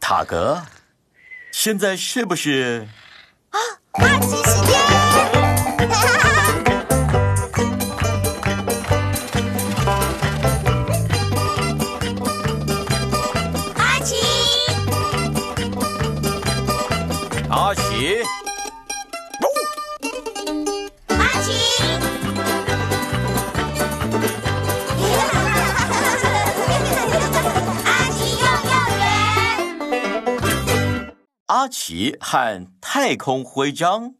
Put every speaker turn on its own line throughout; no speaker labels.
塔格，现在是不是？
二十时间。阿奇，
阿奇，哦
阿奇，阿奇幼幼园，
阿奇和太空徽章。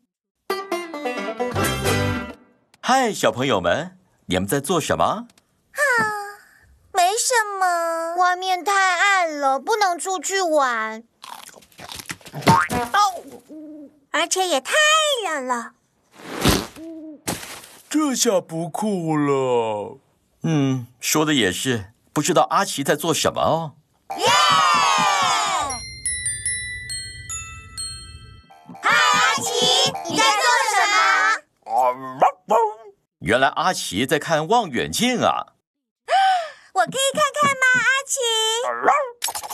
嗨，小朋友们，你们在做什么？
没什么，外面太暗了，不能出去玩。而且也太冷了。
这下不酷了。嗯，说的也是，不知道阿奇在做什么哦。
阿奇，你在做什么？
原来阿奇在看望远镜啊！
我可以看看吗，阿奇？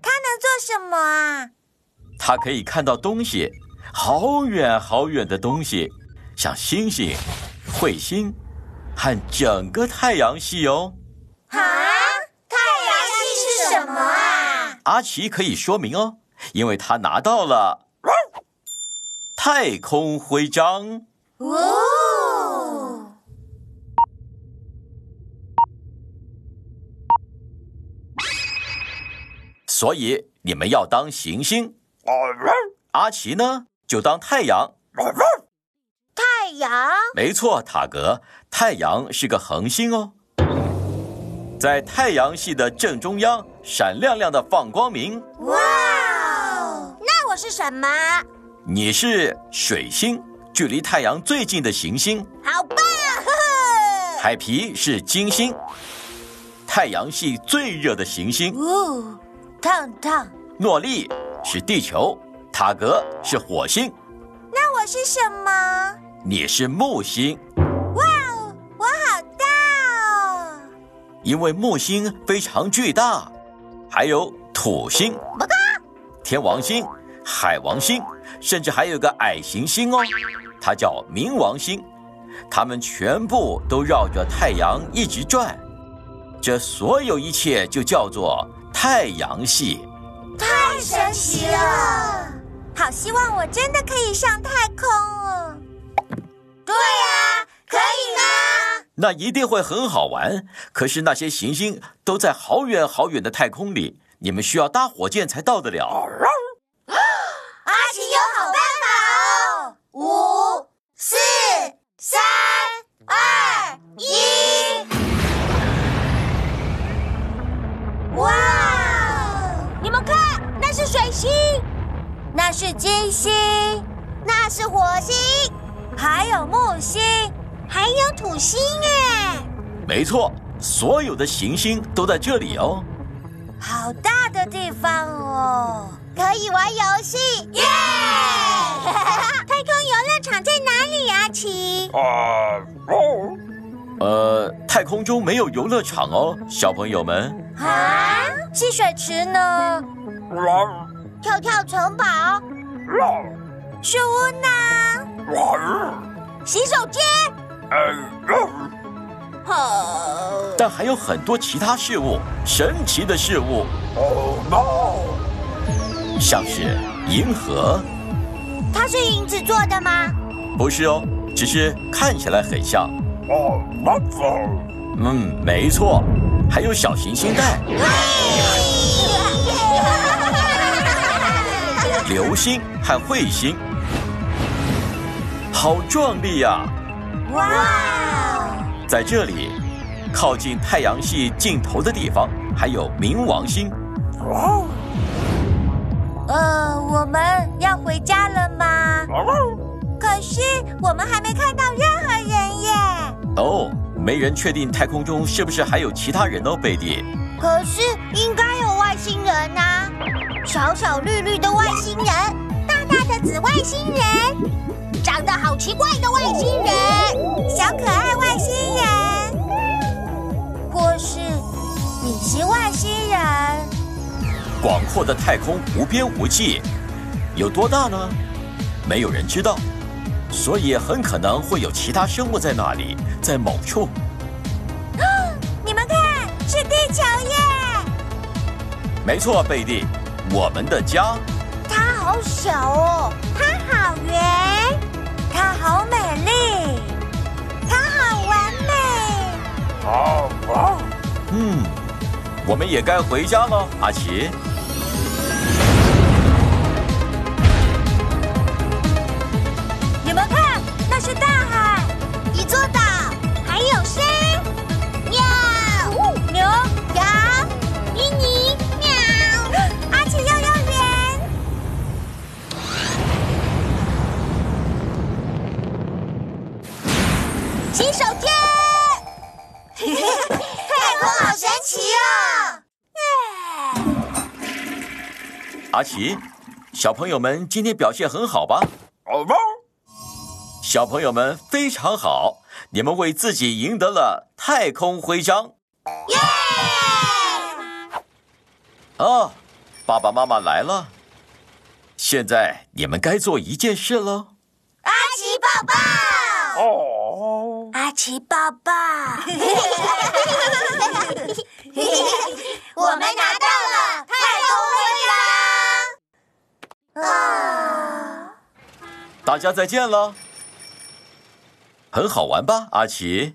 它能做什么啊？
他可以看到东西，好远好远的东西，像星星、彗星和整个太阳系哦。
啊？
太阳系是什么啊？
阿奇可以说明哦，因为他拿到了太空徽章。
哦，
所以你们要当行星，阿奇呢就当太阳。
太阳。
没错，塔格，太阳是个恒星哦，在太阳系的正中央，闪亮亮的放光明。
哇哦！那我是什么？
你是水星，距离太阳最近的行星；
好棒！ 呵
海皮是金星，太阳系最热的行星；
呵哦，烫烫。
诺丽是地球，塔格是火星，
那我是什么？
你是木星，
哇哦，我好大哦！
因为木星非常巨大，还有土星、天王星、海王星，甚至还有个矮行星哦，它叫冥王星。它们全部都绕着太阳一直转，这所有一切就叫做太阳系。
太
神奇了！
好希望我真的可以上太空哦！啊
对呀、可以吗？
那一定会很好玩。可是那些行星都在好远好远的太空里，你们需要搭火箭才到得了。
阿奇有好办法哦！五、四、三、二、一！哇！
哦你们看，那是水星，那是金星，那是火星，还有木星，还有土星哎，
没错，所有的行星都在这里哦。
好大的地方哦！
可以玩游戏，耶！
太空游乐场在哪里呀、奇？
呃，太空中没有游乐场哦，小朋友们。
啊，戏水池呢？
跳跳城堡，
树屋呢？洗手间？哦，
但还有很多其他事物，神奇的事物，像是银河，
它是银子做的吗？
不是哦，只是看起来很像。嗯，没错，还有小行星带、流星和彗星，好壮丽呀、
哇哦！
在这里，靠近太阳系尽头的地方，还有冥王星。
呃，我们要回家了吗？可是我们还没看到任何人耶。
哦，没人确定太空中是不是还有其他人哦，贝蒂。
可是应该有外星人啊呐、
小小绿绿的外星人，大大的紫外星人，长得好奇怪的外星人，
小可爱外星人，或是隐形外星人。
广阔的太空无边无际，有多大呢？没有人知道，所以很可能会有其他生物在那里，在某处。
你们看，是地球耶！
没错，贝蒂，我们的家。
它好小哦，它好圆，它好美丽，它好完美。哦
嗯，我们也该回家了，阿奇。
你们看，那是大海，
一座岛，
还有山、
喵，
牛、
羊，
迷你、喵、阿奇幼幼园。
洗手间，太空好神奇哦！
阿奇，小朋友们今天表现很好吧？
好吧，
小朋友们非常好，你们为自己赢得了太空徽章啊！爸爸妈妈来了，现在你们该做一件事了。
阿奇抱抱，
哦，
阿奇抱抱，
我们拿到了太
哦
空徽章。啊，
大家再见了，很好玩吧，阿奇？